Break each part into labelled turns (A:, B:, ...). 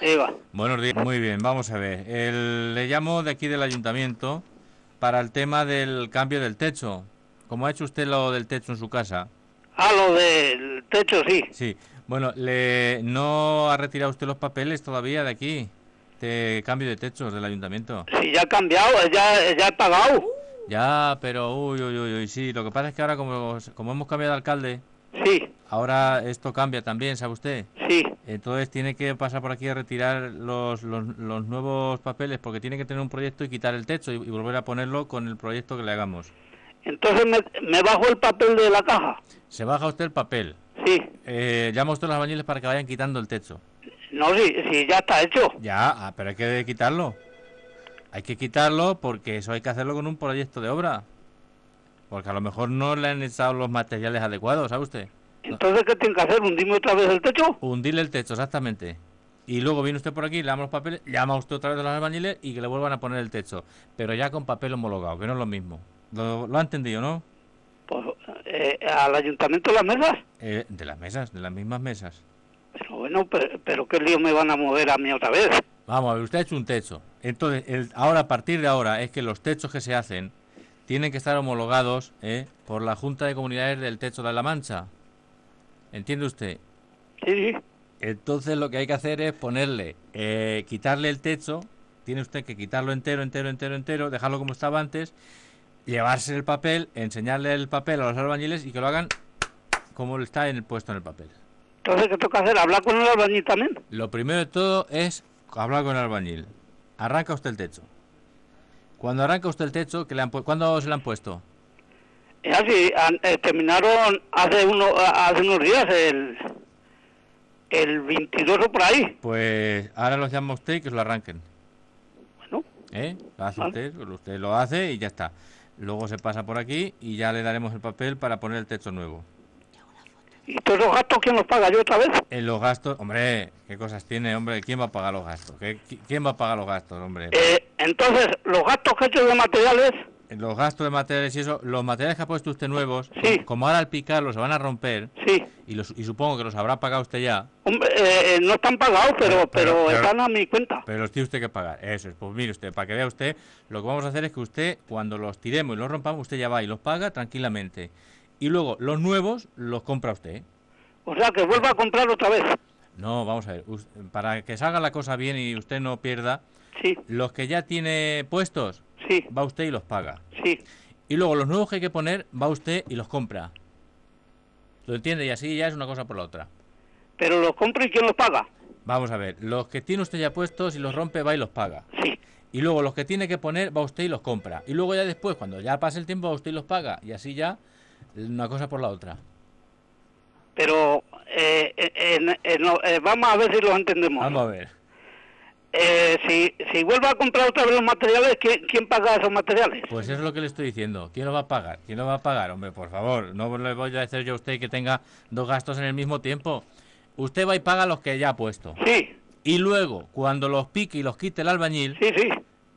A: Eva.
B: Buenos días. Muy bien, vamos a ver. El- le llamo de aquí del ayuntamiento para el tema del cambio del techo. ¿Cómo ha hecho usted lo del techo en su casa?
A: Ah, lo del techo, sí.
B: Sí. Bueno, le, ¿no ha retirado usted los papeles todavía de aquí? De cambio de techos del ayuntamiento.
A: Sí, ya ha cambiado, ya, ya he pagado.
B: Ya, pero uy, uy, uy, uy, sí. Lo que pasa es que ahora como, como hemos cambiado de alcalde,
A: Sí,
B: ahora esto cambia también, ¿sabe usted?
A: sí.
B: Entonces tiene que pasar por aquí a retirar los, los, los nuevos papeles porque tiene que tener un proyecto y quitar el techo y, y volver a ponerlo con el proyecto que le hagamos.
A: Entonces me, me bajo el papel de la caja.
B: Se baja usted el papel.
A: Sí.
B: Eh, llama usted a los albañiles para que vayan quitando el techo.
A: No, sí, sí, ya está hecho.
B: Ya, ah, pero hay que quitarlo. Hay que quitarlo porque eso hay que hacerlo con un proyecto de obra. Porque a lo mejor no le han echado los materiales adecuados, ¿sabe usted?
A: Entonces, ¿qué tengo que hacer? ¿Hundirme otra vez el techo?
B: Hundirle el techo, exactamente. Y luego viene usted por aquí, le damos los papeles, llama usted otra vez a los albañiles y que le vuelvan a poner el techo. Pero ya con papel homologado, que no es lo mismo. ¿Lo, lo ha entendido, no?
A: Pues, eh, ¿Al ayuntamiento las mesas?
B: Eh, de las mesas, de las mismas mesas.
A: Pero bueno, pero, pero ¿qué lío me van a mover a mí otra vez?
B: Vamos a ver, usted ha hecho un techo. Entonces, el- ahora, a partir de ahora, es que los techos que se hacen tienen que estar homologados ¿eh? por la Junta de Comunidades del Techo de la Mancha. ¿Entiende usted?
A: Sí, sí.
B: Entonces lo que hay que hacer es ponerle, eh, quitarle el techo, tiene usted que quitarlo entero, entero, entero, entero, dejarlo como estaba antes, llevarse el papel, enseñarle el papel a los albañiles y que lo hagan como está en el puesto en el papel.
A: Entonces, ¿qué tengo que hacer? ¿Hablar con el albañil también?
B: Lo primero de todo es hablar con el albañil. Arranca usted el techo. Cuando arranca usted el techo, que le han pu- ¿cuándo se le han puesto?
A: Ya sí, an- eh, terminaron hace, uno, a- hace unos días, el, el 22 o por ahí.
B: Pues ahora los llama usted y que se lo arranquen.
A: Bueno,
B: ¿Eh? Lo hace
A: Vale.
B: usted, usted lo hace y ya está. Luego se pasa por aquí y ya le daremos el papel para poner el techo nuevo.
A: ¿y todos los gastos quién los paga yo otra vez?
B: En los gastos, hombre, ¿qué cosas tiene, hombre? ¿Quién va a pagar los gastos? ¿Qué- qui- ¿Quién va a pagar los gastos, hombre?
A: Eh, entonces, los gastos que he hecho de materiales,
B: En Los gastos de materiales y eso, los materiales que ha puesto usted nuevos,
A: Sí.
B: como- como ahora al picarlos se van a romper,
A: sí.
B: y, los, y supongo que los habrá pagado usted ya,
A: Hombre, eh, eh, no están pagados, pero,
B: Pero- pero-
A: pero
B: pero-
A: están a mi cuenta.
B: pero los tiene usted que pagar. Eso es, pues mire usted, para que vea usted, lo que vamos a hacer es que usted, cuando los tiremos y los rompamos, usted ya va y los paga tranquilamente. Y luego, los nuevos los compra usted.
A: O sea, que vuelva a comprar otra vez.
B: No, vamos a ver, us- para que salga la cosa bien y usted no pierda,
A: Sí,
B: los que ya tiene puestos,
A: sí,
B: va usted y los paga.
A: sí.
B: Y luego los nuevos que hay que poner, va usted y los compra. ¿Lo entiende? Y así ya es una cosa por la otra.
A: Pero los compro y quién los paga.
B: Vamos a ver, los que tiene usted ya puestos y los rompe, va y los paga.
A: Sí.
B: Y luego los que tiene que poner, va usted y los compra. Y luego ya después, cuando ya pase el tiempo, va usted y los paga. Y así ya, una cosa por la otra.
A: Pero eh, eh, eh, eh, no, eh, vamos a ver si los entendemos.
B: Vamos a ver.
A: Eh, si, si vuelvo a comprar otra vez los materiales, ¿quién, quién paga esos materiales?
B: Pues eso es lo que le estoy diciendo. ¿Quién lo va a pagar? ¿Quién lo va a pagar? Hombre, por favor, no le voy a decir yo a usted que tenga dos gastos en el mismo tiempo. Usted va y paga los que ya ha puesto.
A: Sí,
B: Y luego, cuando los pique y los quite el albañil,
A: sí, sí,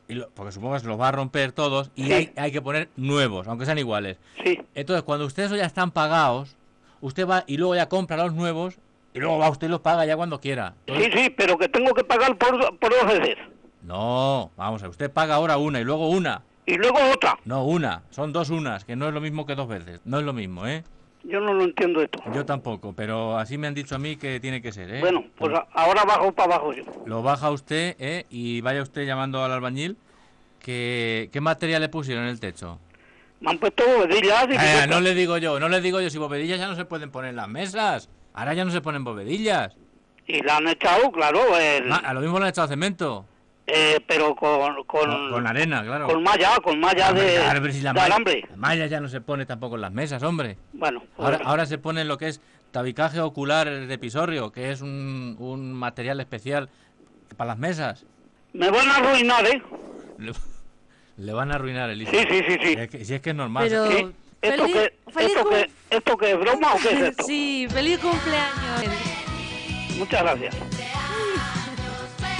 B: y lo- porque supongo que se los va a romper todos, y
A: Sí.
B: hay, hay que poner nuevos, aunque sean iguales.
A: sí.
B: Entonces, cuando ustedes ya están pagados, usted va y luego ya compra los nuevos, y luego va usted y los paga ya cuando quiera.
A: Sí,
B: Entonces-
A: sí, pero que tengo que pagar por, por dos veces.
B: No, vamos a ver, usted paga ahora una y luego una.
A: Y luego otra.
B: No, una, son dos unas, que no es lo mismo que dos veces, no es lo mismo, ¿eh?
A: Yo no lo entiendo esto.
B: Yo tampoco, pero así me han dicho a mí que tiene que ser, ¿eh?
A: Bueno, pues a- ahora bajo para abajo yo.
B: Lo baja usted, ¿eh? Y vaya usted llamando al albañil. Que, ¿Qué material le pusieron en el techo?
A: Me han puesto bovedillas y...
B: Ah,
A: cosas.
B: no le digo yo, no le digo yo. Si bovedillas ya no se pueden poner en las mesas. Ahora ya no se ponen bovedillas.
A: Y la han echado, claro, el-
B: Ma- a lo mismo le han echado cemento.
A: eh, pero con... Con,
B: Con, con arena, claro.
A: con malla, con malla
B: Hombre,
A: de,
B: claro, pero si la
A: de
B: malla-
A: alambre.
B: la malla ya no se pone tampoco en las mesas, hombre.
A: Bueno, pues,
B: Ahora, ahora se pone lo que es tabicaje ocular de pisorrio, que es un, un material especial para las mesas.
A: me van a arruinar, ¿eh?
B: Le, le van a arruinar el
A: Sí, sí, sí, sí.
B: Es que- si es que es normal.
C: Pero-
A: ¿Sí? ¿Esto,
C: Feliz-
A: qué,
C: feliz
A: esto, qué,
C: cum-
A: ¿Esto qué es broma o qué es esto?
C: Sí, feliz cumpleaños.
A: Muchas gracias.